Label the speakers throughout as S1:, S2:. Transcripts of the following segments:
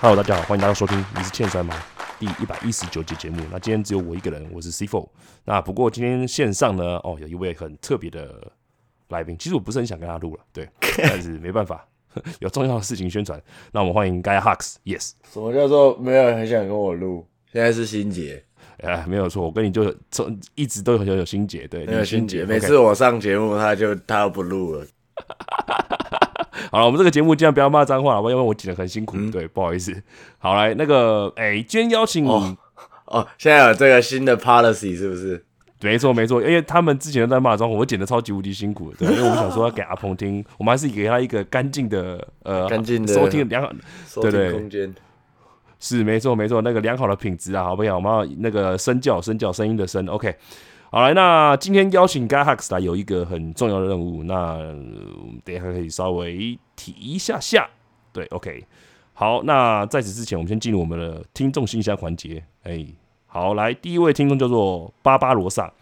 S1: Hello，大家好，欢迎大家收听《你是欠三吗》第一百一十九集节目。那今天只有我一个人，我是 C Four。那不过今天线上呢，哦，有一位很特别的来宾，其实我不是很想跟他录了， 对，但是没办法， 有重要的事情宣传。那我们欢迎 Guy Hux。Yes，
S2: 什么叫做没有人很想跟我录？现在是心结，
S1: 哎，没有错，我跟你就从一直都很有有心结，对，
S2: 没有
S1: 你
S2: 心结。每
S1: 嗯 OK
S2: 次我上节目，他就他就不录了。
S1: 好了，我们这个节目尽量不要骂脏话了，因为我剪的很辛苦，
S2: 嗯
S1: 对，不好意思。好来，那个，哎、今天邀请你，
S2: 哦哦，现在有这个新的 policy 是不是？
S1: 没错没错，因为他们之前都在骂脏话，我剪的超级无敌辛苦的， 对，因为我们想说要给阿鹏听，我们还是给他一个干净的，呃，
S2: 干净的
S1: 收听良好，
S2: 收
S1: 对
S2: 听
S1: 对
S2: 空间
S1: 是没错没错，那个良好的品质啊，好不好？我们要那个声教声教声音的声，OK。好来，那今天邀请 Guy Hux 来有一个很重要的任务，那呃我们等一下可以稍微提一下下，对，OK。好，那在此之前，我们先进入我们的听众信箱环节。哎、好，来，第一位听众叫做巴巴罗萨，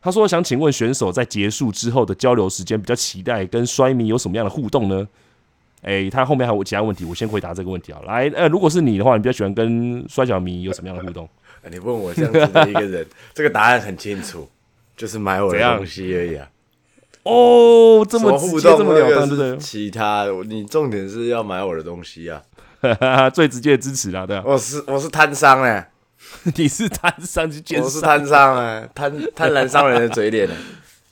S1: 他说想请问选手在结束之后的交流时间，比较期待跟摔迷有什么样的互动呢？哎、他后面还有其他问题，我先回答这个问题啊。来，呃，如果是你的话，你比较喜欢跟摔跤迷有什么样的互动？
S2: 啊你问我这样子的一个 人，这个答案很清楚，就是买我
S1: 怎
S2: 的
S1: 样
S2: 东西而已啊。
S1: 哦，这
S2: 什
S1: 么
S2: 么
S1: 直
S2: 互
S1: 接，
S2: 动
S1: 这么了
S2: 那个
S1: 当，
S2: 是
S1: 对不
S2: 其他的，你重点是要买我的东西啊！
S1: 对？ 最直接的支持啦，对吧、啊
S2: 我是我是贪商哎、
S1: 你是贪商去奸
S2: 我是
S1: 商
S2: 贪商哎、贪贪婪商人的嘴 脸、欸。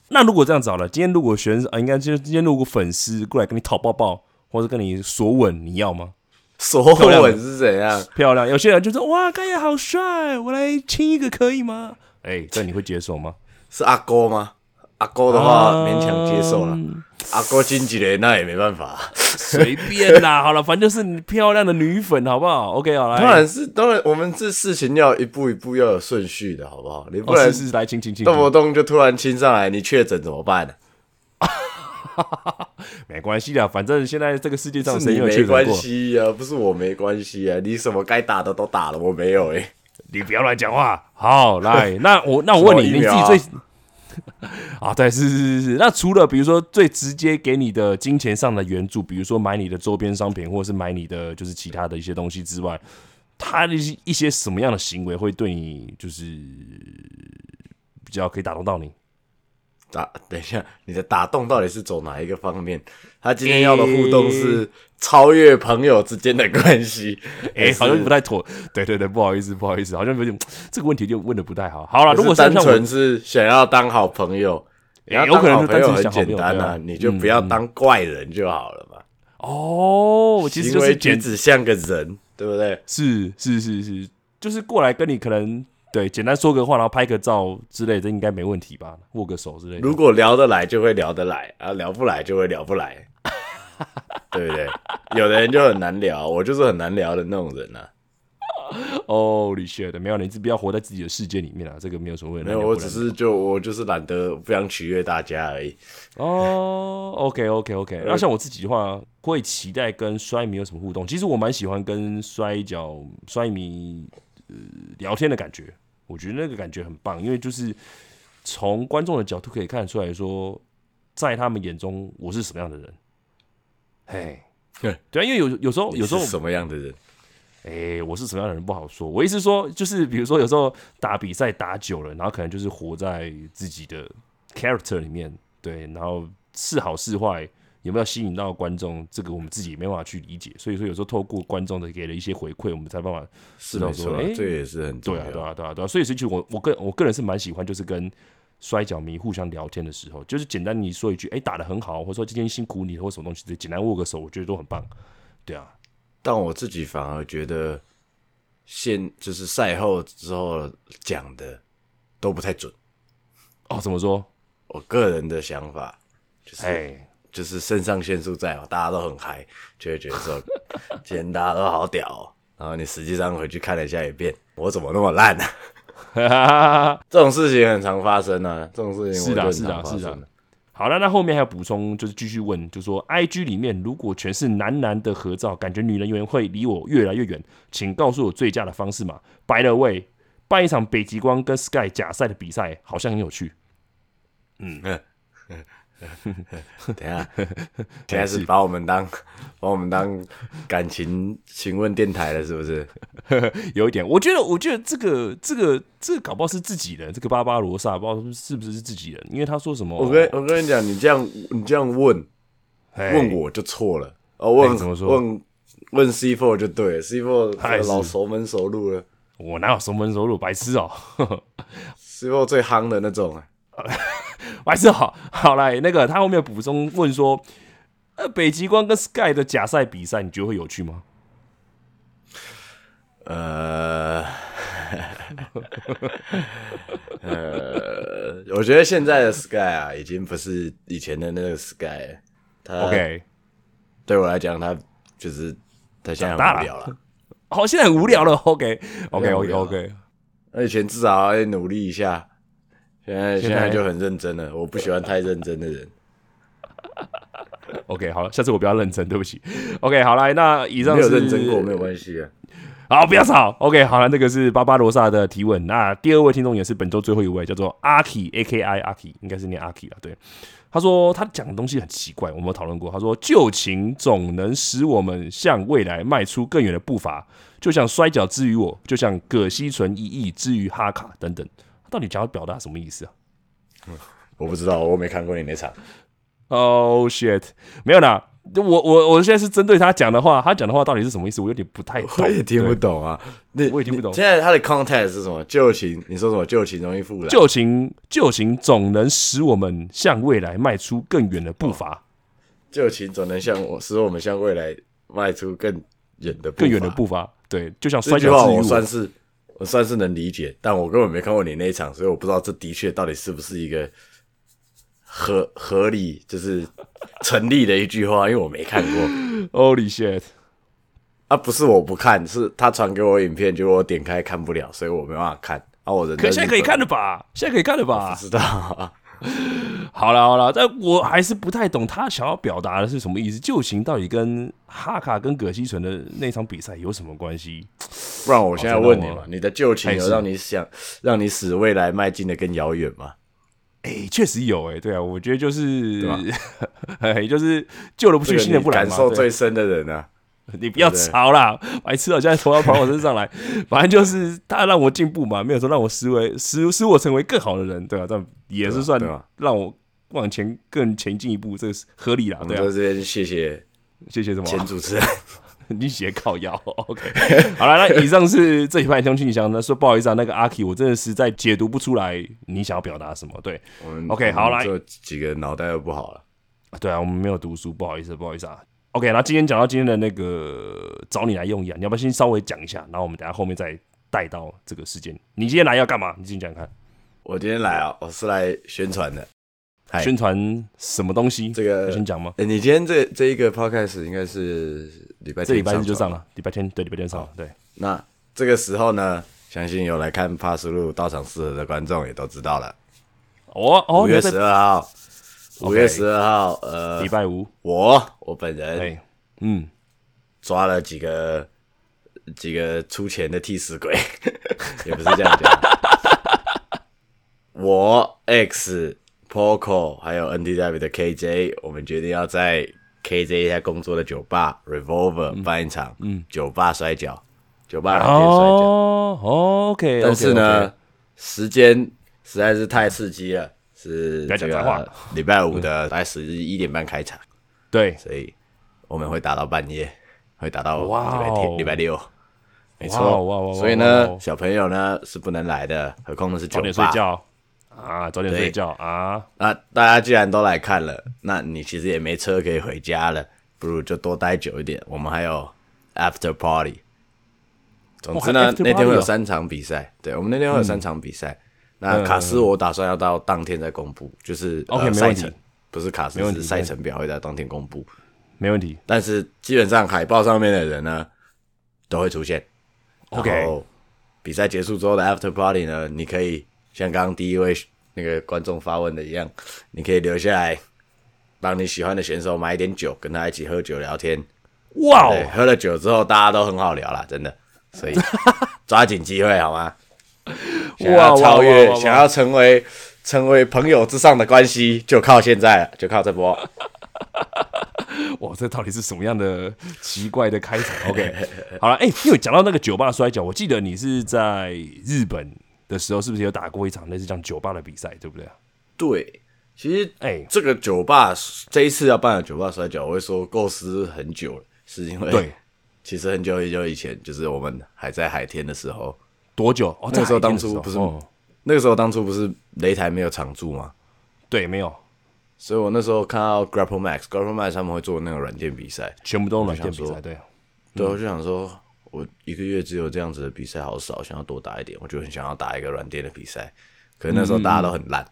S1: 那如果这样子好了，今天如果选手，啊，应该就是今天如果粉丝过来跟你讨抱抱，或者跟你索吻，你要吗？
S2: 索
S1: 亮的
S2: 吻是怎样？
S1: 漂亮，有些人就说哇，盖爷好帅，我来亲一个可以吗？哎、这你会接受 吗？
S2: 是阿哥吗？阿哥的话
S1: 哦
S2: 勉强接受了，
S1: 嗯
S2: 阿哥经纪人那也没办法。
S1: 随便啦，好了，反正就是你漂亮的女粉，好不好？OK，好来，哦
S2: 当然是，当然，我们这事情要一步一步要有顺序的，好不好？你不
S1: 哦，
S2: 然
S1: 是是是来亲亲亲，
S2: 动不动就突然亲上来，你确诊怎 么办呢？
S1: 没关系的，反正现在这个世界上
S2: 是
S1: 谁
S2: 你
S1: 没有
S2: 没
S1: 确诊
S2: 关
S1: 过？
S2: 系啊，不是我没关系啊，你什么该打的都打了，我没有哎、
S1: 你不要乱讲话。好，来，那我那我问你，
S2: 什
S1: 你
S2: 么疫苗啊
S1: 自己最 啊，对，是是是是。那除了比如说最直接给你的金钱上的援助，比如说买你的周边商品，或者是买你的就是其他的一些东西之外，他的一些一些什么样的行为会对你就是比较可以打动到你？
S2: 打，等一下，你的打动到底是走哪一个方面？他今天要的互动是超越朋友之间的关系，
S1: 哎、
S2: 还是
S1: 好像不太妥。对对对，不好意思，不好意思，好像有点这个问题就问的不太好。好啊了，如果是
S2: 是单
S1: 像我
S2: 纯是想要当好朋友，
S1: 诶
S2: 你要
S1: 有可
S2: 当
S1: 能
S2: 好
S1: 是
S2: 朋
S1: 单
S2: 友
S1: 纯
S2: 很
S1: 想好
S2: 简
S1: 朋友
S2: 单
S1: 对
S2: 啊
S1: 啊，
S2: 你就不要当怪人就好了嘛。
S1: 哦，其实
S2: 行
S1: 就是
S2: 为
S1: 简
S2: 举止像个人，对不对？
S1: 是是是是，就是过来跟你可能对简单说个话，然后拍个照之类的，应该没问题吧？握个手之类的
S2: 如。果聊得来就会聊得来啊，聊不来就会聊不 来，对不对？有的人就很难聊，我就是很难聊的那种人啊。
S1: 哦，你学的没有，你是不要活在自己的世界里面啊，这个没有所谓的。
S2: 没有，
S1: 那要
S2: 我
S1: 不然
S2: 只是就我就是懒得不想取悦大家而已。
S1: 哦，OK OK OK。那像我自己的话，会期待跟摔迷有什么互动？其实我蛮喜欢跟摔跤摔迷呃聊天的感觉，我觉得那个感觉很棒，因为就是从观众的角度可以看得出来说，在他们眼中我是什么样的人。嘿，
S2: 对
S1: 对啊，因为有有时候有时候
S2: 你是什么样的人？
S1: 诶，我是什么样的人不好说。我意思说，就是比如说有时候打比赛打久了，然后可能就是活在自己的 character 里面，对，然后是好是坏，有没有吸引到观众，这个我们自己没办法去理解。所以说有时候透过观众的给的一些回馈，我们才办法
S2: 是
S1: 道
S2: 没
S1: 说
S2: 错啊
S1: 诶，
S2: 这也是很重
S1: 对
S2: 要
S1: 啊，。对啊，对啊，对啊。所以其实我我个我个人是蛮喜欢，就是跟摔跤迷互相聊天的时候，就是简单你说一句，哎、打的很好，或者说今天辛苦你了，或什么东西，简单握个手，我觉得都很棒。对啊，
S2: 但我自己反而觉得现就是赛后之后讲的都不太准。
S1: 哦，怎么说？
S2: 我个人的想法就是，
S1: 哎、
S2: 就是肾上腺素在哦，大家都很嗨，就会觉得说，今天大家都好屌、哦。然后你实际上回去看了一下一遍，我怎么那么烂呢、啊？
S1: 哎
S2: 这种事情很常发生啊，这种事情
S1: 是
S2: 我
S1: 的
S2: 觉得
S1: 是
S2: 很
S1: 的
S2: 常发
S1: 是的
S2: 生、啊。
S1: 好了，那后面还有补充，就是继续问，就说 I G 里面如果全是男男的合照，感觉女人永远会离我越来越远，请告诉我最佳的方式嘛。By the way，办一场北极光跟 Sky 假赛的比赛好像很有趣。
S2: 等一下，现在是把我们当把我们当感情询问电台了，是不是？
S1: 有一点，我觉得，我觉得这个这个这个搞不好是自己人，这个巴巴罗萨不知道是不是是自己人，因为他说什么，
S2: 我跟我跟你讲，你这样你这样问
S1: 嘿
S2: 问我就错了，哦，
S1: 哎
S2: 问
S1: 怎么说
S2: 问问 C four 就对了，C four
S1: 嗨是
S2: 老熟门熟路了
S1: 我哪有熟门熟路，白痴哦、
S2: ，C four 最夯的那种啊。
S1: 白痴好好来那个他后面补充问说，呃，北极光跟 Sky 的假赛比赛，你觉得会有趣吗？
S2: 呃， 呃，我觉得现在的 Sky 啊，已经不是以前的那个 Sky 了。他
S1: OK，
S2: 对我来讲，他就是他现在
S1: 长大
S2: 很
S1: 了
S2: 无聊了。
S1: 好，现在很无聊了。OK OK
S2: 无
S1: OK
S2: 聊
S1: OK，
S2: 那以前至少还努力一下，现在
S1: 现在
S2: 现在就很认真了。我不喜欢太认真的人。
S1: OK，好了，下次我不要认真，对不起。OK，好来，那以上
S2: 没有
S1: 是
S2: 认真过没有关系啊。
S1: 好，不要吵。OK，好了，那个是巴巴罗萨的提问。那第二位听众也是本周最后一位，叫做阿 k A K I 阿 k 应该是念阿 k 啊。对，他说他讲的东西很奇怪，我们有讨论过。他说旧情总能使我们向未来迈出更远的步伐，就像摔跤之于我，就像葛西纯一役之于哈卡等等。他到底想要表达什么意思啊？
S2: 我不知道，我没看过你那场。
S1: Oh shit！没有啦，我我我现在是针对他讲的话，他讲的话到底是什么意思？我有点不太懂。
S2: 我也听不
S1: 对。
S2: 懂啊，那
S1: 我也听不懂
S2: 现在他的 context 是什么？旧情，你说什么？旧情容易复燃。
S1: 旧情旧情总能使我们向未来迈出更远的步伐，
S2: 哦旧情总能向我使我们向未来迈出更远的步伐
S1: 更远的。步伐。对，就像摔
S2: 这句
S1: 跤
S2: 话
S1: 之于
S2: 我算是我算是能理解，但我根本没看过你那一场，所以我不知道这的确到底是不是一个合合理，就是成立的一句话，因为我没看过
S1: Holy shit！
S2: 啊。不是我不看，是他传给我影片，结果我点开看不了，所以我没办法看啊。我人
S1: 可现在可以看
S2: 的
S1: 了吧？现在可以看了吧？
S2: 知道啊。
S1: 好了好了，但我还是不太懂他想要表达的是什么意思。旧情到底跟哈卡跟葛西纯的那场比赛有什么关系？
S2: 不然我现在问你
S1: 哦真的
S2: 嘛
S1: 吗，
S2: 你的旧情
S1: 还
S2: 有
S1: 是
S2: 让你想让你使未来迈进的更遥远吗？
S1: 哎、确实有哎、对啊，我觉得就是
S2: 对，
S1: 哎，就是旧的不
S2: 这
S1: 去，
S2: 个
S1: 新的
S2: 你
S1: 不来
S2: 感
S1: 嘛。
S2: 受
S1: 对
S2: 最深的人啊。
S1: 你不要吵啦，白痴哦！现在头要跑我身上 来，反正就是他让我进步嘛，没有说让我思维使使我成为更好的人，对吧、啊？但也是算
S2: 对啊
S1: 让我往前更前进一步，这个是合理啦，
S2: 我
S1: 对啊
S2: 们在。这边谢谢
S1: 谢谢什么啊、
S2: 前主持人。
S1: 你写靠腰，OK。好 了，那以上是这一半通信箱。那说不好意思啊，那个阿 K，我真的实在解读不出来你想要表达什么。对，
S2: 我们
S1: OK，
S2: 我们
S1: 好来
S2: 这几个脑袋又不好了。
S1: 对啊，我们没有读书，不好意思，不好意思啊。OK，那今天讲到今天的那个找你来用一啊，你要不要先稍微讲一下，然后我们等一下后面再带到这个事件。你今天来要干嘛？你自己讲讲看，
S2: 我今天来啊，我是来宣传的。嗨
S1: 宣传什么东西？
S2: 哎这
S1: 要
S2: 个，
S1: 先讲吗？
S2: 诶你今天这这一个 podcast 应该是礼拜天
S1: 这礼拜日就
S2: 传
S1: 上
S2: 吧。
S1: 了，礼拜天对，礼拜天上了，对，
S2: 那这个时候呢，相信有来看帕斯路到场适合的观众也都知道了。
S1: 哦哦，
S2: 五月
S1: 你在
S2: 十二号，五月十二号，呃
S1: 礼，拜五，
S2: 我我本人
S1: 哎，嗯，
S2: 抓了几个几个出钱的替死鬼， 也不是这样讲。 我 X Poco 还有 NTW 的 KJ，我们决定要在 KJ 他工作的酒吧
S1: 嗯
S2: Revolver 办一场酒吧摔跤，酒吧两天摔跤。
S1: 哦，OK，
S2: 但是呢，时间实在是太刺激了，是
S1: 不要
S2: 这
S1: 讲脏话
S2: 个礼拜五的大概十一点半开场，
S1: 对，
S2: 所以我们会打到半夜，会打到
S1: 哇
S2: 礼拜
S1: 哦
S2: 天、礼拜六。没
S1: 哇哦哇哦哇
S2: 错
S1: 哦，
S2: 所以
S1: 哇哦
S2: 呢，小朋友呢是不能来的，何况呢是酒
S1: 早点睡
S2: 吧。
S1: 觉啊，早点睡
S2: 对
S1: 觉啊，
S2: 那大家既然都来看了，那你其实也没车可以回家了，不如就多待久一点。我们还有 after party。总之
S1: 还
S2: 呢，
S1: 有 after
S2: 那天
S1: party 嗯
S2: 会有
S1: 哦
S2: 三场比赛，对我们那天会有三场比赛。那卡斯我打算要到当天再公布，就是
S1: OK，
S2: 呃
S1: 没
S2: 赛
S1: 问题
S2: 程不是卡斯
S1: 没问题
S2: 是赛程表会在当天公布，
S1: 没问题
S2: 但是基本上海报上面的人呢都会出现。然
S1: ，OK，
S2: 后比赛结束之后的 after party 呢，你可以像刚刚第一位那个观众发问的一样，你可以留下来，帮你喜欢的选手买一点酒，跟他一起喝酒聊天。
S1: 哇
S2: 对，
S1: 哦，
S2: 喝了酒之后大家都很好聊啦，真的，所 以抓紧机会好吗？想
S1: 哇
S2: 要
S1: 哇
S2: 超
S1: 哇
S2: 越，
S1: 哇哇
S2: 想要成为成为朋友之上的关系，就靠现在了，就靠这波。
S1: 哇，这到底是什么样 的奇怪的开场？OK，好了，哎、因为讲到那个酒吧摔跤，我记得你是在日本的时候，是不是有打过一场类似像酒吧的比赛，对不对？
S2: 对，其实
S1: 哎、
S2: 这个酒吧这一次要办的酒吧摔跤，我会说构思很久了，是因为
S1: 对，
S2: 其实很久很久以前，就是我们还在海天的时候，
S1: 多久？哦，
S2: 那个时候
S1: 在海边
S2: 当
S1: 的
S2: 初不是
S1: 哦
S2: 那个时候当初不是擂台没有常驻吗？
S1: 对，没有，
S2: 所以我那时候看到 Grapple Max，Grapple Max 他们会做那个软件比赛，
S1: 全部都是软件比
S2: 我
S1: 赛，
S2: 就想说
S1: 对。啊
S2: 对，我就想说，我一个月只有这样子的比赛好少，想要多打一点，我就很想要打一个软垫的比赛。可是那时候大家都很烂，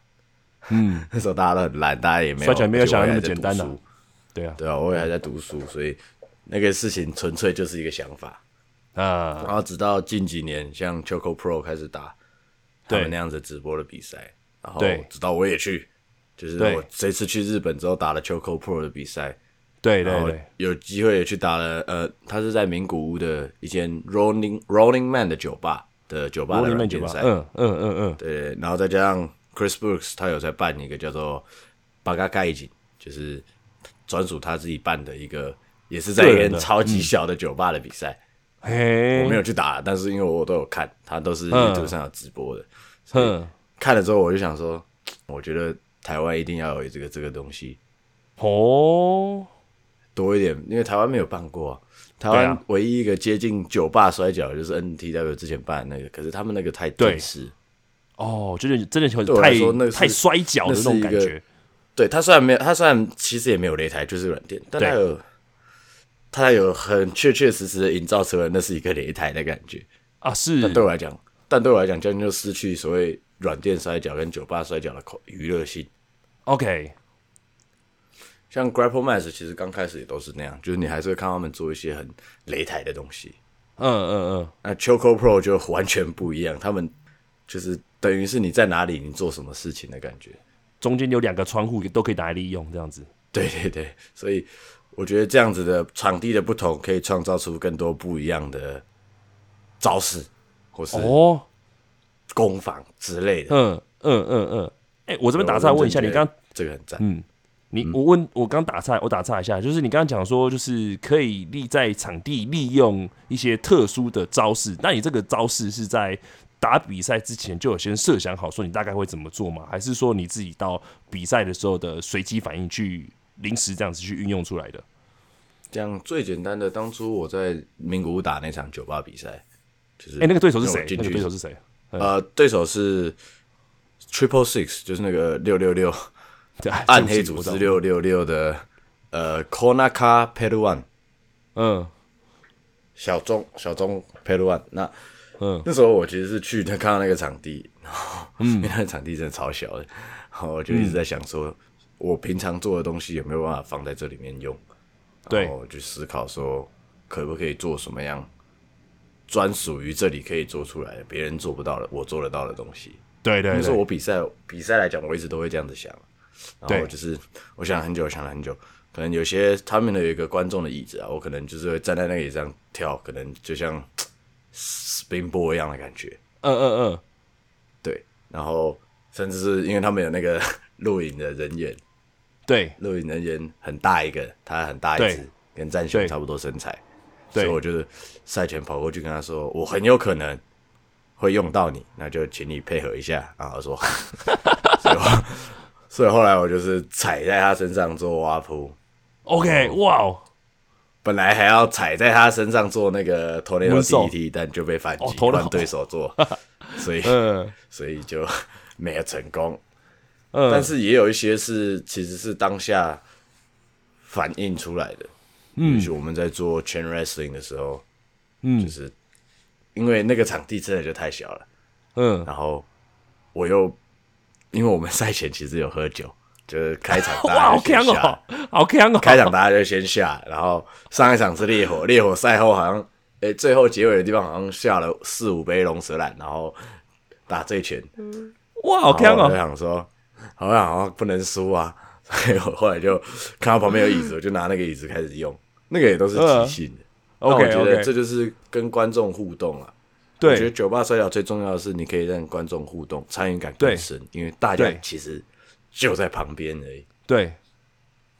S2: 嗯， 那时候大家都很烂，大家也没有
S1: 摔起来没有想的那么简
S2: 而
S1: 单啊
S2: 且
S1: 呐、
S2: 我
S1: 对
S2: 也还在读书
S1: 啊，
S2: 对啊，我也还在读书，所以那个事情纯粹就是一个想法。
S1: 啊，
S2: 然后直到近几年，像 Choco Pro 开始打他
S1: 对
S2: 们那样子直播的比赛，然后
S1: 对
S2: 直到我也去，就是
S1: 对
S2: 我这次去日本之后打了 Choco Pro 的比赛，
S1: 对
S2: 然
S1: 对
S2: 后
S1: 对，
S2: 有机会也去打了，呃，他是在名古屋的一间 Rolling Rolling Man 的酒吧的酒吧
S1: 玻璃
S2: 的
S1: 面
S2: 软
S1: 酒
S2: 件
S1: 吧，
S2: 赛，
S1: 嗯嗯嗯嗯，
S2: 对，然后再加上 Chris Brooks 他有在办一个叫做巴嘎盖景，就是专属他自己办的一个，也是在一
S1: 个人
S2: 间
S1: 的
S2: 超级小的酒吧的比赛，我没
S1: 嘿，
S2: 有去打，但是因为我都有看，他都是
S1: 嗯
S2: YouTube 上有直播的，
S1: 哼，
S2: 看了之后我就想说，我觉得台湾一定要有这个这个东西，
S1: 哦，
S2: 多一点，因为台湾没有办过、啊。
S1: 对
S2: 台湾
S1: 啊
S2: 唯一一个接近酒吧摔跤的就是 NTW 之前办的那个，可是他们那个太正式。
S1: 哦，就是真的
S2: 对我来说那
S1: 太
S2: 是
S1: 太摔跤的
S2: 那是
S1: 种
S2: 一
S1: 感
S2: 个
S1: 觉，
S2: 对他虽然没有，他虽然其实也没有擂台，就是软垫，但他
S1: 对
S2: 有他有很确确实实的营造出来那是一个擂台的感觉。
S1: 啊，是
S2: 但对我来讲，但对我来讲，这样就失去所谓软垫摔跤跟酒吧摔跤的口娱乐性。
S1: ，OK，
S2: 像 Grapple Match 其实刚开始也都是那样，就是你还是会看他们做一些很擂台的东西。
S1: 嗯嗯嗯，
S2: 那 Choco Pro 就完全不一样，他们就是等于是你在哪里，你做什么事情的感觉。
S1: 中间有两个窗户都可以拿来利用，这样子，
S2: 对对对，所以我觉得这样子的场地的不同，可以创造出更多不一样的招式或是
S1: 哦，
S2: 攻防之类的。
S1: 嗯嗯嗯嗯，哎、我这边打岔问一下，
S2: 我
S1: 你
S2: 认真
S1: 刚嗯
S2: 觉得这个很赞，
S1: 你
S2: 嗯
S1: 我问我刚打岔，我打岔一下，就是你刚刚讲说，就是可以利在场地利用一些特殊的招式，那你这个招式是在打比赛之前就有先设想好说你大概会怎么做吗？还是说你自己到比赛的时候的随机反应去临时这样子去运用出来的？
S2: 这样最简单的。当初我在名古屋打那场酒吧比赛，就是
S1: 哎、那个对手是谁
S2: 我？
S1: 那
S2: 进
S1: 个
S2: 去
S1: 对手是谁？
S2: 呃，对手是 Triple Six，就是那个六六六。
S1: 对啊
S2: 暗
S1: 对不
S2: 黑
S1: 起
S2: 组
S1: 我
S2: 织
S1: 知道
S2: 六六六的呃 Konaka Peruan
S1: 嗯
S2: 小钟小钟 Peruan。那
S1: 嗯
S2: 那时候我其实是去他看到那个场地，然后因为那个场地真的超小的，然后我就一直在想说，我平常做的东西有没有办法放在这里面用？
S1: 对
S2: 然后我去思考说，可不可以做什么样专属于这里可以做出来的，别人做不到的，我做得到的东西。
S1: 对对
S2: 那时
S1: 对
S2: 候我比赛比赛来讲，我一直都会这样子想，然
S1: 对
S2: 后就是我想了很久，想了很久，可能有些他们的有一个观众的椅子啊，我可能就是会站在那个椅子上跳，可能就像 spin ball 一样的感觉，
S1: 嗯嗯嗯，
S2: 对，然后甚至是因为他们有那个 录影的人员，
S1: 对
S2: 录影人员很大一个，他很大一
S1: 对
S2: 只，跟战雄
S1: 对
S2: 差不多身材，
S1: 对
S2: 所以我就是赛前跑过去跟他说，我很有可能会用到你，那就请你配合一下。然后他说， 所以我所以后来我就是踩在他身上做挖扑，
S1: ，OK，哇哦，
S2: 本来还要踩在他身上做那个 tornado
S1: Moonsault
S2: DDT，但就被反击
S1: 哦，tornado
S2: 换对手做，所以
S1: 嗯
S2: 所以就 没有成功。
S1: 嗯，
S2: 但是也有一些是其实是当下反映出来的。嗯，也许我们在做 chain wrestling 的时候，嗯，就是因为那个场地真的就太小了，
S1: 嗯
S2: 然后我又因为我们赛前其实有喝酒，就是开场
S1: 哇，
S2: 大
S1: 好
S2: 家就
S1: 强
S2: 先下，
S1: 哦， 好强哦，
S2: 开场大家就先下，然后上一场是烈火，烈火赛后好像，诶、最后结尾的地方好像下了四五杯龙舌兰，然后打醉拳，
S1: 哇，好强
S2: 然后我就
S1: 哦，
S2: 想说，好像好像不能输啊，所以我后来就看到旁边有椅子，我就拿那个椅子开始用，那个也都是即兴的。
S1: 嗯
S2: 但
S1: OK，
S2: 我觉得
S1: OK
S2: 这就是跟观众互动啊，
S1: 对
S2: 我觉得酒吧摔角最重要的是你可以让观众互动，参与感更
S1: 对
S2: 深，因为大家
S1: 对
S2: 其实就在旁边而已。
S1: 对，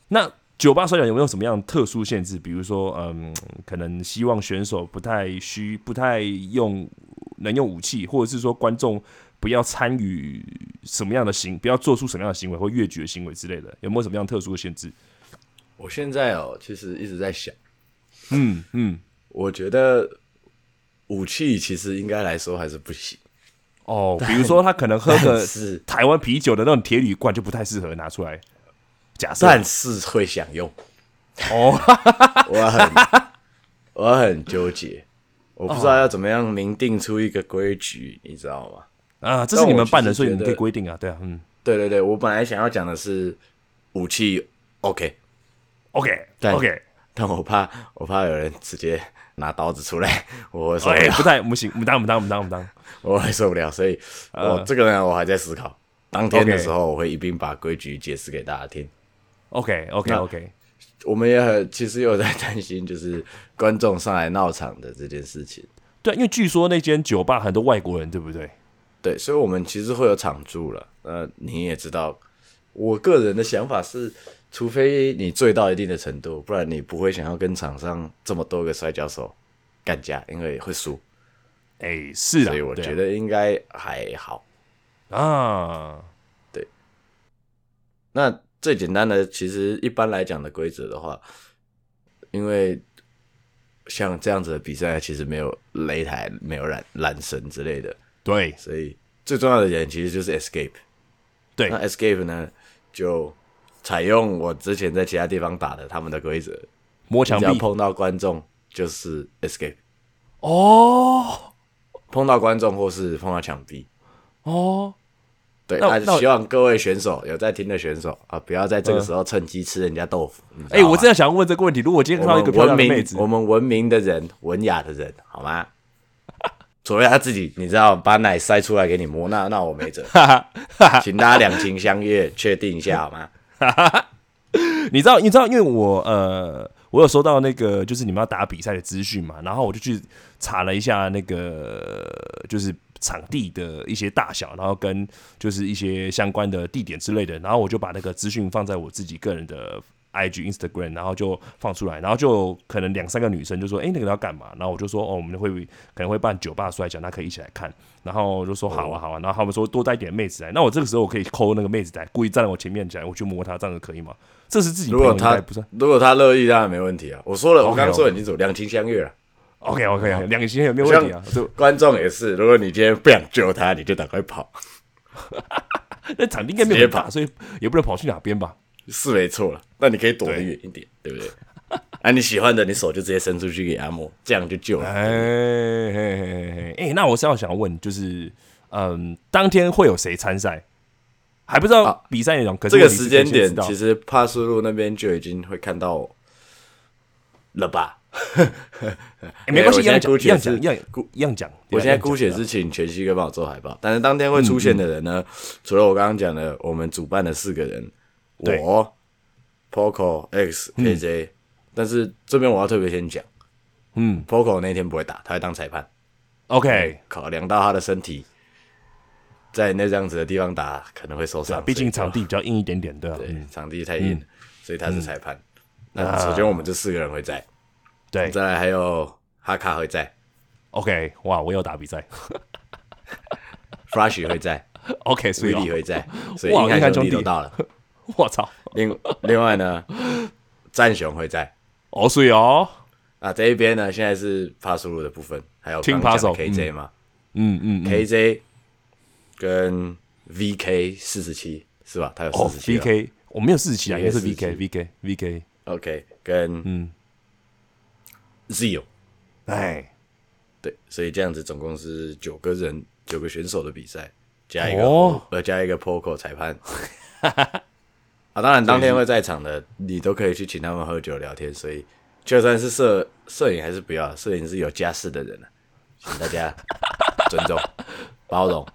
S1: 那酒吧摔跤有没有什么样的特殊限制？比如说，嗯，可能希望选手不太需不太用能用武器，或者是说观众不要参与什么样的行，不要做出什么样的行为或越矩的行为之类的，有没有什么样特殊的限制？
S2: 我现在哦，其实一直在想，
S1: 嗯嗯，
S2: 我觉得武器其实应该来说还是不行，
S1: 哦，比如说他可能喝
S2: 但
S1: 个
S2: 是
S1: 台湾啤酒的那种铁铝罐就不太适合拿出来。假设
S2: 但是会想用，
S1: 哦，
S2: 我很 我很纠结，我不知道要怎么样明定出一个规矩，你知道吗？
S1: 啊，这是你们办的，
S2: 但我其实
S1: 所以你们可
S2: 觉
S1: 以
S2: 得
S1: 规定啊，对啊，嗯
S2: 对对对，我本来想要讲的是武器 OK，
S1: ，OK
S2: 但
S1: OK，
S2: 但我怕我怕有人直接拿刀子出来， 我会受不
S1: 哎，
S2: 了，
S1: 不太，不行，不当不当不当不当，
S2: 我会受不了，所以我这个呢，我还在思考。当天的
S1: 呃 OK
S2: 时候，我会一并把规矩解释给大家听。
S1: OK OK
S2: 那
S1: OK，
S2: 我们也很其实有在担心，就是观众上来闹场的这件事情。
S1: 对，因为据说那间酒吧很多外国人，对不对？
S2: 对，所以我们其实会有场租了。呃，你也知道，我个人的想法是，除非你醉到一定的程度，不然你不会想要跟场上这么多个摔跤手干架，因为会输。
S1: 哎、是啊，
S2: 所以我
S1: 对啊
S2: 觉得应该还好。
S1: 啊，
S2: 那最简单的，其实一般来讲的规则的话，因为像这样子的比赛，其实没有擂台、没有缆缆绳之类的，
S1: 对
S2: 所以最重要的点其实就是 escape。
S1: 对
S2: 那 escape 呢，就采用我之前在其他地方打的他们的规则，
S1: 摸
S2: 只
S1: 墙
S2: 要
S1: 壁
S2: 碰到观众就是 escape，
S1: 哦
S2: 碰到观众或是碰到墙壁。
S1: 哦，
S2: 对，
S1: 那我
S2: 那
S1: 那我嗯
S2: 希望各位选手有在听的选手啊，不要在这个时候趁机吃人家豆腐。你知道
S1: 哎、我
S2: 吗
S1: 真的想问这个问题，如果我今天
S2: 我
S1: 看到一个
S2: 们
S1: 漂亮
S2: 文
S1: 的
S2: 明
S1: 妹子，
S2: 我们文明的人，文雅的人，好吗？ 除非他自己，你知道，把奶塞出来给你摸，那那
S1: ，
S2: 我没辙
S1: 哈哈哈哈，
S2: 请大家两情相悦，确定一下好吗？
S1: 你知道，你知道，因为我呃，我有收到那个就是你们要打比赛的资讯嘛，然后我就去查了一下那个就是场地的一些大小，然后跟就是一些相关的地点之类的，然后我就把那个资讯放在我自己个人的 IG、Instagram，然后就放出来，然后就可能两三个女生就说：“哎、那个要干嘛？”然后我就说：“哦，我们会可能会办酒吧摔跤，那可以一起来看。”然后我就说：“
S2: 哦
S1: 好啊，好啊。”然后他们说多带一点妹子来，那我这个时候我可以抠那个妹子来，故意站在我前面讲，我去摸她，这样子可以吗？这是自己
S2: 如
S1: 朋友
S2: 果
S1: 应该
S2: 他
S1: 不是哦
S2: 如果他乐意，当然没问题啊。我说了，我
S1: OK，
S2: 刚刚
S1: OK
S2: 说很清楚，两情相悦了。
S1: OK OK，两个
S2: 嗯
S1: 星期有没有问题啊？就
S2: 观众也是，如果你今天不想救他，你就赶快跑，
S1: 那场地应该没有很大，所以也不能跑去哪边吧？
S2: 是没错了。那你可以躲得远一点，对不对？啊，你喜欢的，你手就直接伸出去给他摸，这样就救了。
S1: 哎嘿嘿嘿嘿，哎，那我是要想问，就是嗯，当天会有谁参赛？还不知道
S2: 啊
S1: 比赛内容，可是
S2: 这个
S1: 问题是
S2: 时间
S1: 可以先
S2: 点
S1: 知，道
S2: 其实帕斯路那边就已经会看到了吧？
S1: 哎没关系，
S2: 我
S1: 一
S2: 现
S1: 样
S2: 在
S1: 讲，
S2: 姑
S1: 一
S2: 且
S1: 样
S2: 是
S1: 讲，一样
S2: 姑
S1: 一样讲。
S2: 我现在姑
S1: 估
S2: 且是请全息哥帮我做海报，但是当天会出现的人
S1: 嗯
S2: 呢，除了我刚刚讲的我们主办的四个人，
S1: 对
S2: 我、Poco、X、KJ，、但是这边我要特别先讲
S1: 嗯
S2: ，Poco 那天不会打，他会当裁判，
S1: ，OK，
S2: 考量到他的身体，在那这样子的地方打可能会受伤，
S1: 毕竟
S2: 所以
S1: 场地比较硬一点点，对吧？
S2: 对
S1: 嗯啊
S2: 场地太硬，了，所以他是裁判。那首先我们这四个人会在，
S1: 对
S2: 再来还有哈卡会在
S1: ，OK，哇，我有打比赛
S2: ，Flash 会在，
S1: ，OK，所
S2: 威
S1: 以
S2: 力
S1: 哦
S2: 会在，所以
S1: 哇
S2: 硬
S1: 硬汉
S2: 汉
S1: 兄
S2: 兄
S1: 弟
S2: 弟都到了。
S1: 我操，
S2: 另 另外呢，战雄会在
S1: 哦，所以哦，
S2: 啊这一边呢，现在是帕苏鲁的部分，还有
S1: 听
S2: 刚刚讲的
S1: Paso，
S2: KJ 嘛、
S1: 嗯嗯嗯
S2: k j 跟 VK 四十七是吧？他有
S1: 哦
S2: 四十七啊
S1: ，VK，我没有四十七啊，应该是
S2: 47
S1: VK，VK，VK，
S2: ，OK，跟
S1: 嗯
S2: Zio
S1: 哎，
S2: 对，所以这样子总共是九个人，九个选手的比赛，加一个
S1: 哦
S2: 呃加一个 Poco 裁判。啊，当然当天会在场的，你都可以去请他们喝酒聊天。所以就算是摄摄影还是不要，摄影是有家室的人啊，请大家尊重、包容。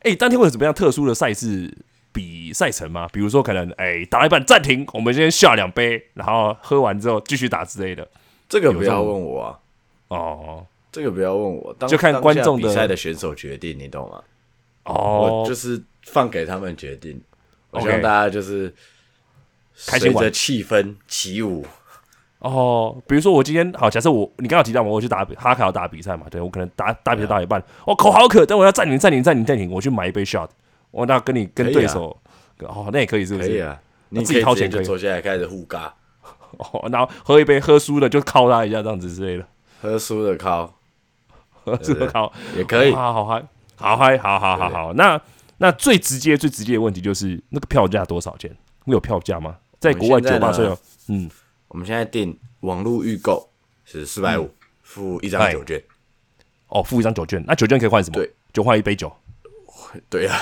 S1: 哎，当天会有什么样特殊的赛事比赛程吗？比如说可能哎打到一半暂停，我们先下两杯，然后喝完之后继续打之类的。
S2: 这个不要问我啊，
S1: 哦，
S2: 这个不要问我，当
S1: 就看观众的
S2: 当下比赛的选手决定，你懂吗？
S1: 哦
S2: 我，就是放给他们决定。我
S1: OK
S2: 希望大家就是
S1: 开心
S2: 随
S1: 玩
S2: 着气氛起舞。
S1: 哦，比如说我今天好，假设我你刚刚有提到嘛，我去打哈卡要打比赛嘛，对我可能打打比赛打一
S2: 哎
S1: 半，我、口好渴，但我要暂停暂停暂停暂停，我去买一杯 shot，我那跟你跟
S2: 可以啊
S1: 对手、哦，那也可以是不
S2: 可
S1: 是？
S2: 以啊，你
S1: 自
S2: 可
S1: 己
S2: 以
S1: 掏
S2: 直
S1: 钱
S2: 接
S1: 可
S2: 就
S1: 以
S2: 坐下来开始互尬，
S1: 哦，然后喝一杯喝输了就靠他一下这样子之类的，
S2: 喝输的靠
S1: 喝输了靠，
S2: 也可以。
S1: 好好嗨，好嗨，好好好好。那那最直接最直接的问题就是那个票价多少钱？会有票价吗？在国外
S2: 我们
S1: 酒
S2: 现在
S1: 吧
S2: 呢
S1: 虽有，嗯，
S2: 我们现在订网络预购是四百五，付一张
S1: 嗯嗨
S2: 酒券。
S1: 哦，付一张酒券，那酒券可以换什么？
S2: 对，
S1: 就换一杯酒。
S2: 对啊，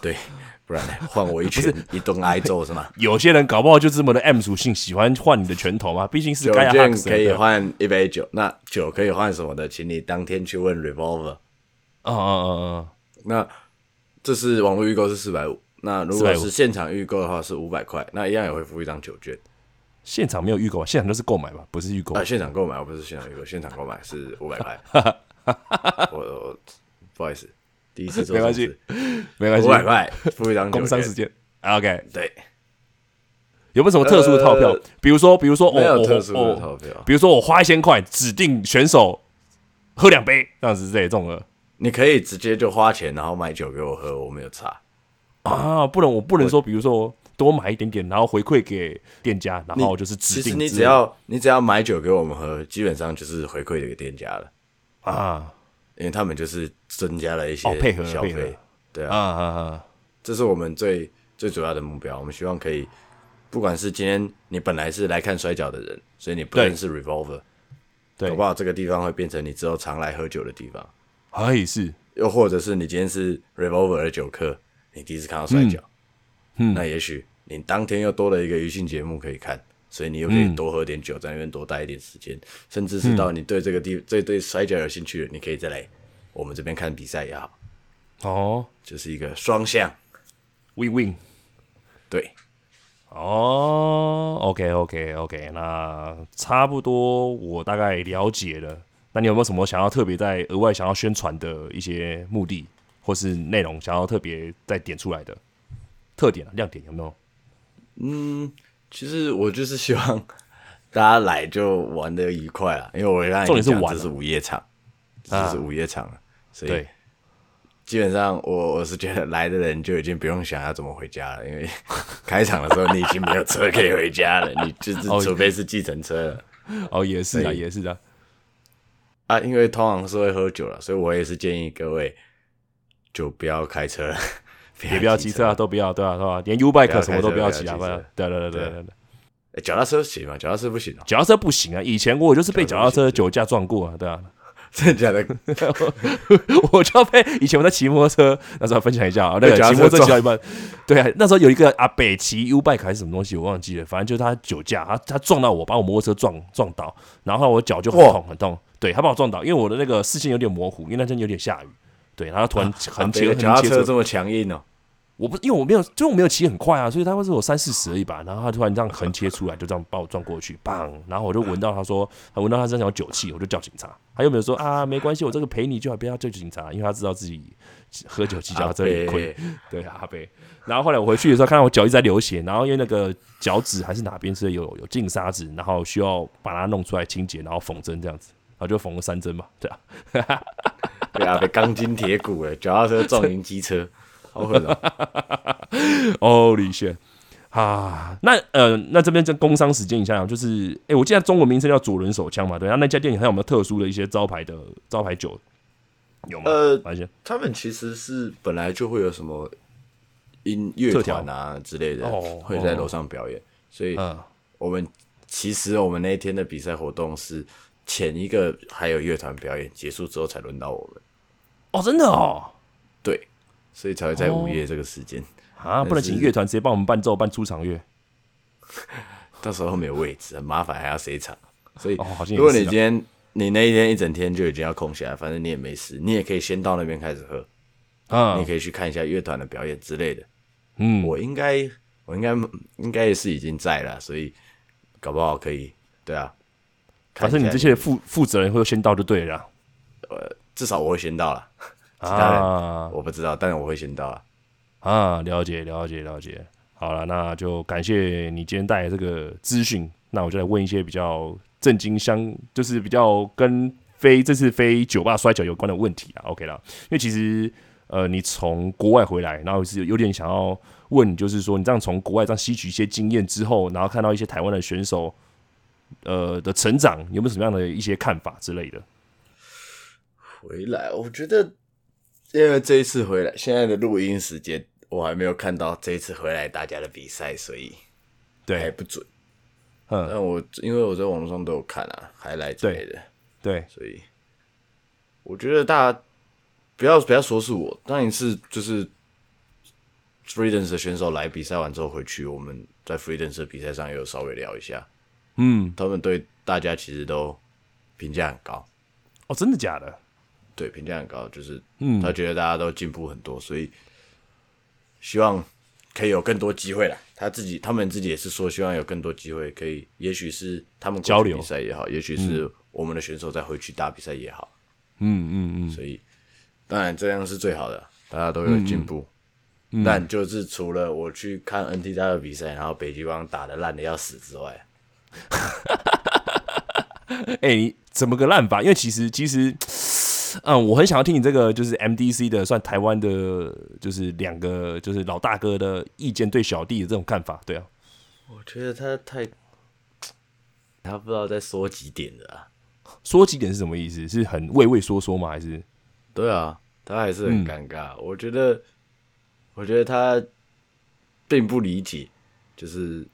S2: 对，不然呢换我一拳一顿挨揍 是吗？
S1: 有些人搞不好就这么的 M 属性，喜欢换你的拳头嘛，毕竟是
S2: 酒
S1: 盖亚
S2: 券
S1: Hux
S2: 可以
S1: 的
S2: 换一杯酒，那酒可以换什么的，请你当天去问 Revolver。
S1: 嗯嗯嗯嗯，
S2: 那这是网络预购是四百五，那如果
S1: 450
S2: 是现场预购的话是五百块，那一样也会付一张酒券。
S1: 现场没有预购，啊现场都是购买吧，不是预购
S2: 啊，。现场购买，我不是现场预购，现场购买是五百 块。我我不好意思，第一次做
S1: 没关
S2: 这种
S1: 系没关
S2: 事，
S1: 系
S2: 五，百块付一张酒
S1: 工商时
S2: 券。
S1: 间。OK，啊
S2: 对，
S1: 有没有什么特殊的套票
S2: 呃？
S1: 比如说，比如说，
S2: 没
S1: 哦
S2: 有
S1: 我
S2: 特殊
S1: 我
S2: 的套票，
S1: 比如说我花一千块指定选手喝两杯，这样子之类的这种的
S2: 你可以直接就花钱然后买酒给我喝，我没有差。
S1: 啊，不能我不能说，比如说多买一点点，然后回馈给店家，然后就是指
S2: 其
S1: 定
S2: 实你
S1: 之
S2: 只
S1: 类的
S2: 要你只要买酒给我们喝，基本上就是回馈给店家了，
S1: 啊
S2: 因为他们就是增加了一些
S1: 哦配合
S2: 消
S1: 配合
S2: 费。对
S1: 啊
S2: 啊，
S1: 啊啊，
S2: 这是我们最最主要的目标。我们希望可以，不管是今天你本来是来看摔跤的人，所以你不
S1: 对
S2: 认识 Revolver，
S1: 对
S2: 搞不，好这个地方会变成你之后常来喝酒的地方，
S1: 哎是
S2: 又或者是你今天是 Revolver 的酒客，你第一次看到摔跤，
S1: 嗯嗯
S2: 那也许你当天又多了一个娱性节目可以看，所以你又可以多喝点酒，在那边多待一点时间，甚至是到你对这个地对对摔跤有兴趣的，你可以再来我们这边看比赛也好，
S1: 哦
S2: 就是一个双向，
S1: ，win win。
S2: 对，
S1: 哦，OK OK OK，那差不多我大概了解了。那你有没有什么想要特别在额外想要宣传的一些目的，或是内容想要特别再点出来的特点、啊、亮点有没有？
S2: 其实我就是希望 大家来就玩的愉快啊，因为我让你
S1: 重点是
S2: 讲
S1: 玩啊
S2: 这是午夜场，
S1: 啊
S2: 这是午夜场了，所以
S1: 对，
S2: 基本上我我是觉得来的人就已经不用想要怎么回家了，因为开场的时候你已经没有车可以回 家了，你就是
S1: 哦
S2: 除非是计程车了
S1: 哦，也是啊，
S2: 对
S1: 也是啊，
S2: 啊，因为通常是会喝酒了，所以我也是建议各位就不要开车了，
S1: 也不要骑车啊，都不要，对吧、对吧、连 U bike
S2: 开车
S1: 什么都不要骑啊，
S2: 不
S1: 不
S2: 要
S1: 然
S2: 骑车
S1: 对对对对对啊对。
S2: 诶哎脚踏车行吗？脚踏车 不行哦、
S1: 脚踏车不行啊，以前我就是被脚
S2: 脚
S1: 踏
S2: 踏车
S1: 车
S2: 不行
S1: 酒驾撞过啊，对啊，
S2: 真的假的？
S1: 我就被以前我在骑摩托车，那时候分享一下啊，那
S2: 被
S1: 个骑
S2: 脚踏车
S1: 摩托车骑到一半，对啊，那时候有一个阿北骑 U bike 还是什么东西，我忘记了，反正就是他酒驾，他他撞到我，把我摩托车撞撞倒，然后我脚就很
S2: 哇
S1: 痛很痛，对他把我撞倒，因为我的那个视线有点模糊，因为那天有点下雨，对，然后突然横切
S2: 啊北的脚
S1: 横
S2: 踏
S1: 切
S2: 车这么强硬哦、
S1: 我不因为我没有，就是我没有骑很快啊，所以他会是我三四十而已吧。然后他突然这样横切出来，就这样把我撞过去，棒！然后我就闻到他说，他闻到他身上有酒气，我就叫警察。他又没有说啊，没关系，我这个赔你就好，不要叫警察，因为他知道自己喝酒骑脚踏车也
S2: 阿
S1: 亏
S2: 北。
S1: 对啊，阿贝。然后后来我回去的时候，看到我脚一直在流血，然后因为那个脚趾还是哪边是有有进沙子，然后需要把它弄出来清洁，然后缝针这样子，然后就缝了三针嘛，对啊。
S2: 对啊，被钢筋铁骨了，脚踏车撞赢机 车，好狠哦、
S1: Holy shit！啊，那呃，那这边就工商时间一下，就是，哎、我记得中文名称叫左轮手枪嘛，对，那那家店还有没有特殊的一些招牌的招牌酒？有吗？
S2: 呃
S1: 发现
S2: 他们其实是本来就会有什么音乐团啊之类的，
S1: 哦
S2: 会在楼上表演，所以
S1: 嗯
S2: 我们其实我们那一天的比赛活动是前一个还有乐团表演结束之后才轮到我们，
S1: 哦，真的哦，
S2: 对，所以才会在午夜这个时间，
S1: 啊，不能请乐团直接帮我们伴奏伴出场乐
S2: 到时候没有位置，很麻烦，还要谁场，所以
S1: 哦，好像也是啊
S2: 如果你今天你那一天一整天就已经要空下来，反正你也没事，你也可以先到那边开始喝，
S1: 啊
S2: 你，可以去看一下乐团的表演之类的。
S1: 嗯
S2: 我应该，我应该，应该也是已经在了，所以搞不好可以，对啊。
S1: 反正你这些负负责人会先到就对了啦，
S2: 呃，至少我会先到了，其他人
S1: 啊
S2: 我不知道，但是我会先到了。
S1: 啊，了解了解了解。好了，那就感谢你今天带来这个资讯。那我就来问一些比较震惊相，就是比较跟非这次非酒吧摔跤有关的问题啦。OK 啊啦，因为其实呃，你从国外回来，然后是有点想要问，就是说你这样从国外这样吸取一些经验之后，然后看到一些台湾的选手呃的成长，有没有什么样的一些看法之类的？
S2: 回来，我觉得，因为这一次回来，现在的录音时间我还没有看到这一次回来大家的比赛，所以还
S1: 对
S2: 不准。
S1: 嗯
S2: 但我因为我在网络上都有看啊，还来之类的，
S1: 对，
S2: 所以我觉得大家不要不要说是我，当然是就是 freelance 的选手来比赛完之后回去，我们在 freelance 的比赛上也有稍微聊一下，
S1: 嗯，
S2: 他们对大家其实都评价很高。
S1: 哦，真的假的？
S2: 对评价很高，就是
S1: 嗯
S2: 他觉得大家都进步很多，所以希望可以有更多机会啦。他自己他们自己也是说，希望有更多机会可以，也许是他们过去
S1: 交流嗯
S2: 比赛也好，也许是我们的选手再回去打比赛也好，
S1: 嗯嗯嗯，嗯
S2: 所以当然这样是最好的，大家都有进步。但就是除了我去看 NT 大的比赛，然后北极光打的烂的要死之外，
S1: 哎、你怎么个烂法？因为其实其实，嗯，我很想要听你这个就是 MDC 的算台湾的，就是两个就是老大哥的意见对小弟的这种看法，对啊，
S2: 我觉得他太他不知道在说几点的啊。
S1: 说几点是什么意思？是很畏畏缩缩吗？还是
S2: 对啊，他还是很尴尬。我觉得，我觉得他并不理解，就是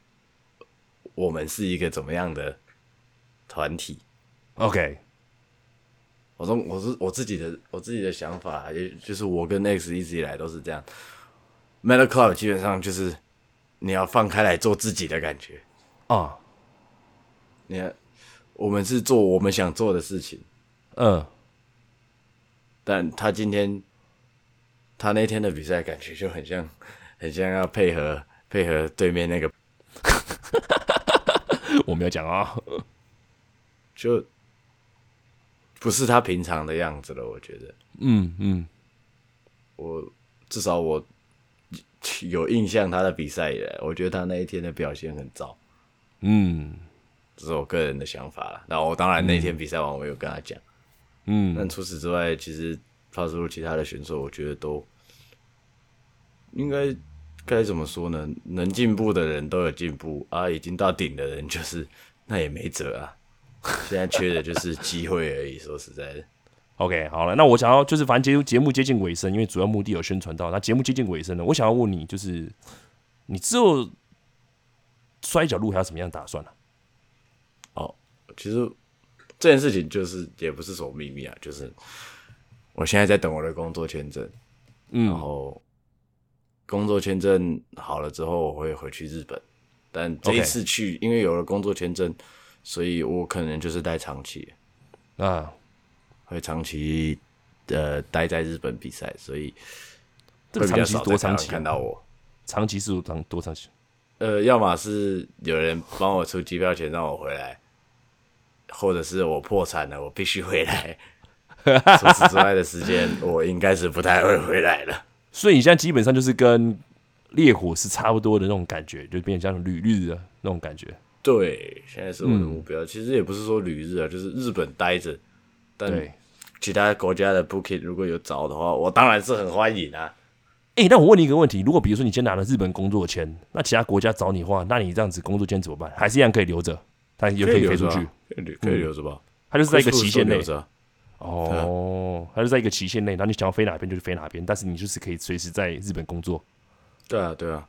S2: 我们是一个怎么样的团体。
S1: OK？
S2: 我说我是我自己的我自己的想法，也就是我跟 X 一直以来都是这样。Metal Club 基本上就是你要放开来做自己的感觉。
S1: 啊，
S2: 你看，我们是做我们想做的事情，
S1: 嗯，
S2: 但他今天他那天的比赛感觉就很像，很像要配合配合对面那个，
S1: 我没有讲啊，
S2: 就不是他平常的样子了。我觉得，
S1: 嗯嗯
S2: 我至少我有印象他的比赛以来，我觉得他那一天的表现很糟，
S1: 嗯
S2: 这是我个人的想法啦。那我当然那天比赛完我有跟他讲，
S1: 嗯
S2: 但除此之外，其实帕斯路其他的选手，我觉得都应该该怎么说呢？能进步的人都有进步啊，已经到顶的人就是那也没辙啊。现在缺的就是机会而已。说实在的，
S1: ，OK，好了，那我想要就是反正节节目接近尾声，因为主要目的有宣传到，那节目接近尾声了，我想要问你，就是你之后摔跤路还有什么样的打算呢、啊
S2: 哦，其实这件事情就是也不是什么秘密啊，就是我现在在等我的工作签证，然
S1: 嗯
S2: 后工作签证好了之后，我会回去日本。但这一
S1: OK
S2: 次去因为有了工作签证，所以我可能就是待长期，
S1: 啊。
S2: 会长期呃待在日本比赛，所以
S1: 这
S2: 会
S1: 个长
S2: 比较
S1: 期
S2: 少
S1: 是多
S2: 在台
S1: 长
S2: 湾
S1: 期啊？
S2: 看到我。
S1: 长期是多长多长期？
S2: 呃，要么是有人帮我出机票钱让我回来，或者是我破产了，我必须回来。除此之外的时间，我应该是不太会回来了。
S1: 所以你现在基本上就是跟烈火是差不多的那种感觉，就变成像旅日的那种感觉。
S2: 对，现在是我的目标。其实也不是说旅日啊，就是日本待着，但
S1: 对，
S2: 其他国家的 booking 如果有找的话，我当然是很欢迎啊。
S1: 哎、那我问你一个问题：如果比如说你先拿了日本工作签，那其他国家找你的话，那你这样子工作签怎么办？还是一样可以留着，但也可以
S2: 留
S1: 飞
S2: 着
S1: 出
S2: 啊
S1: 去，，
S2: 嗯可以留可以留着吧。
S1: 它就是在一个期限内
S2: 留。着啊，
S1: 哦，它就在一个期限内，然后你想要飞哪边就飞哪边，但是你就是可以随时在日本工作。
S2: 对啊，对啊。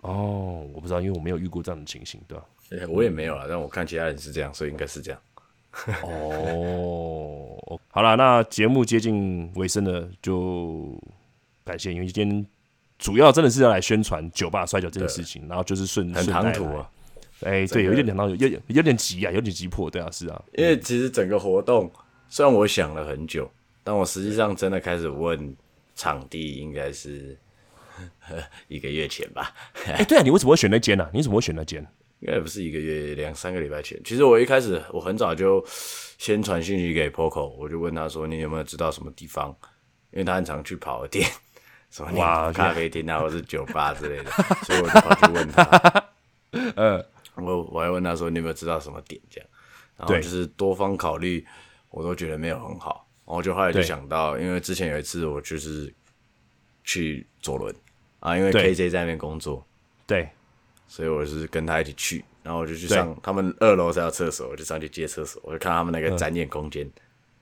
S1: 哦，我不知道，因为我没有遇过这样的情形，对吧、
S2: 哎我也没有啊，但我看其他人是这样，所以应该是这样。
S1: 哦，好了，那节目接近尾声了，就感谢，因为今天主要真的是要来宣传酒吧摔跤这件事情，然后就是顺
S2: 很唐突啊，，
S1: 顺带来哎、对，有一点点唐突，有有有点急啊，有点急迫，对啊，是啊，
S2: 因为其实整个活动，虽然我想了很久，但我实际上真的开始问场地，应该是 一个月前吧。
S1: 哎、对啊，你为什么会选那间呢、啊？你怎么会选那间？
S2: 应该也不是一个月，两三个礼拜前。其实我一开始我很早就先传讯息给 Poco，我就问他说你有没有知道什么地方，因为他很常去跑的店， 什么
S1: 哇
S2: 咖啡厅啊，或是酒吧之类的，所以我就跑去问他，
S1: 呃，
S2: 我我还问他说你有没有知道什么点这样，然后
S1: 对
S2: 就是多方考虑，我都觉得没有很好。然后就后来就
S1: 对
S2: 想到，因为之前有一次我就是去左轮啊，因为
S1: 对
S2: KJ 在那边工作，
S1: 对，
S2: 所以我是跟他一起去，然后我就去
S1: 对
S2: 上他们二楼才有厕所，我就上去借厕所，我就看他们那个展演空间，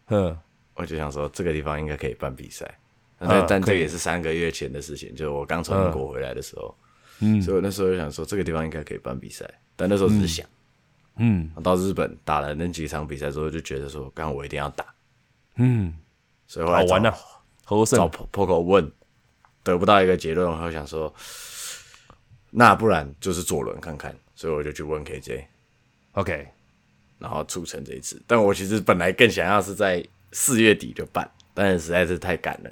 S1: 嗯，
S2: 我就想说这个地方应该可以办比赛，但、但这
S1: 嗯可
S2: 个
S1: 以
S2: 也是三个月前的事情，就是我刚从英国回来的时候，
S1: 嗯
S2: 所以我那时候就想说这个地方应该可以办比赛，但那时候只是想，
S1: 嗯，
S2: 到日本打了那几场比赛之后，就觉得说刚我一定要打，
S1: 嗯，
S2: 所以后
S1: 好
S2: 来找
S1: 玩呐、侯
S2: 找
S1: 胜，
S2: Po- Poco 问，得不到一个结论，我后想说，那不然就是左轮看看，所以我就去问 KJ。
S1: OK，
S2: 然后促成这一次。但我其实本来更想要是在四月底就办，但是实在是太赶了。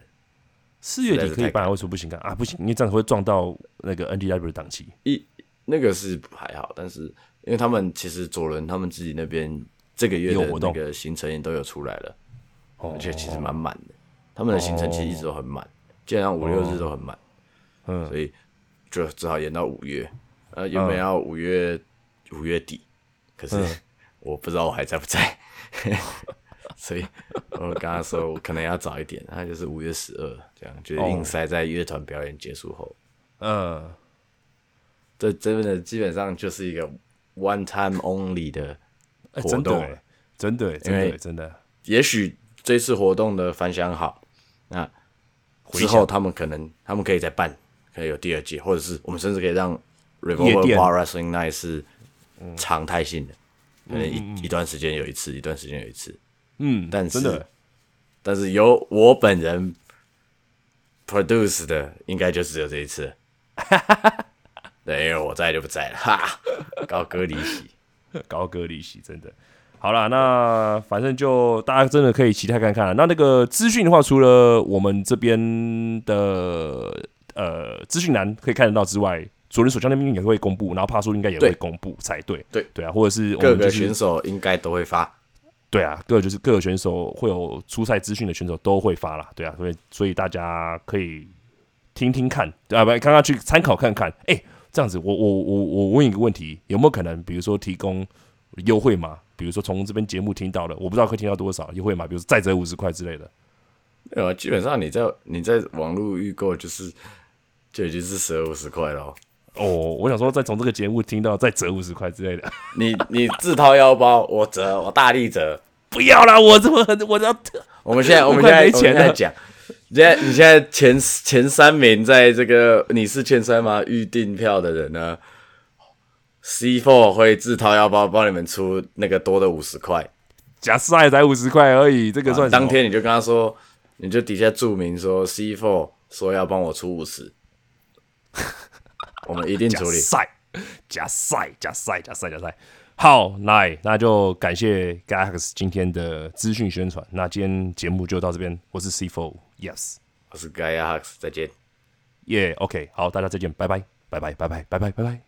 S1: 四月
S2: 实在
S1: 底
S2: 是
S1: 可以
S2: 太
S1: 办，为什么不行啊？啊，不行，因为这样子会撞到那个 NDW 档期。
S2: 一那个是还好，但是因为他们其实左轮他们自己那边这个月
S1: 有
S2: 的
S1: 活
S2: 那
S1: 动
S2: 个行程也都有出来了，
S1: 哦
S2: 而且其实蛮满的。他们的行程其实一直都很满，基本上五六日都很满，
S1: 嗯
S2: 所以就只好延到五月。呃，原本要五月五月底，可
S1: 嗯
S2: 是我不知道我还在不在， 所以我跟他说我可能要早一点，他就是五月十二这样，就是硬塞在乐团表演结束后。
S1: 哦嗯，
S2: 这真的基本上就是一个 one time only 的
S1: 哎
S2: 活
S1: 真的
S2: 动
S1: 欸，真的欸，真
S2: 因
S1: 的
S2: 为
S1: 欸，真的，
S2: 也许这次活动的反响好，那之后他们可能他们可以再办，可以有第二届，或者是我们甚至可以让 Revolver
S1: 店嗯
S2: Bar Wrestling Night 是常态性的，可能一一段时间有一次，一段时间有一次。
S1: 嗯，
S2: 但
S1: 真
S2: 是
S1: 的
S2: 但是由我本人 produce 的，应该就只有这一次了。 对，因为我在就不在了，哈，高歌离 席。
S1: 高歌离席，真的。好啦，那反正就大家真的可以期待看看啊。那那个资讯的话，除了我们这边的呃资讯栏可以看得到之外，左轮手枪那边也会公布，然后帕数应该也会
S2: 对
S1: 公布才对。
S2: 对
S1: 对啊，或者是我
S2: 各
S1: 们
S2: 个
S1: 就
S2: 选
S1: 是
S2: 手应该都会发。
S1: 对啊，各个就是各个选手会有出赛资讯的选手都会发啦。对啊，所以所以大家可以听听看，对啊，不，刚刚去参考看看。哎、这样子，我我我我问一个问题，有没有可能，比如说提供优惠码？比如说从这边节目听到的，我不知道可以听到多少优惠码，比如说再折五十块之类的。
S2: 对啊，基本上你在你在网络预购就是就已经是十二五十块了哦。
S1: 哦，我想说再从这个节目听到再折五十块之类的，
S2: 你你自掏腰包，我折，我大力折。
S1: 不要啦，我这么我要
S2: 我们 现在
S1: 我
S2: 们现
S1: 快没
S2: 在我们
S1: 钱
S2: 现在
S1: 了
S2: 讲，你现在你现在前前三名在这个你是前三吗？预订票的人呢，C Four 会自掏腰包帮你们出那个多的五十块，
S1: 假赛才五十块而已，这个算什么
S2: 当天你就跟他说，你就底下注明说 C Four 说要帮我出五 十，我们一定
S1: 加
S2: 处理。
S1: 赛，加赛，加赛，加赛，加赛。好，来，那就感谢 Galax 今天的资讯宣传。那今天节目就到这边，我是 C Four，Yes，
S2: 我是 Gaia Hux，再见。
S1: 耶、yeah,，OK，好，大家再见，拜拜，拜拜，拜拜，拜拜，拜拜。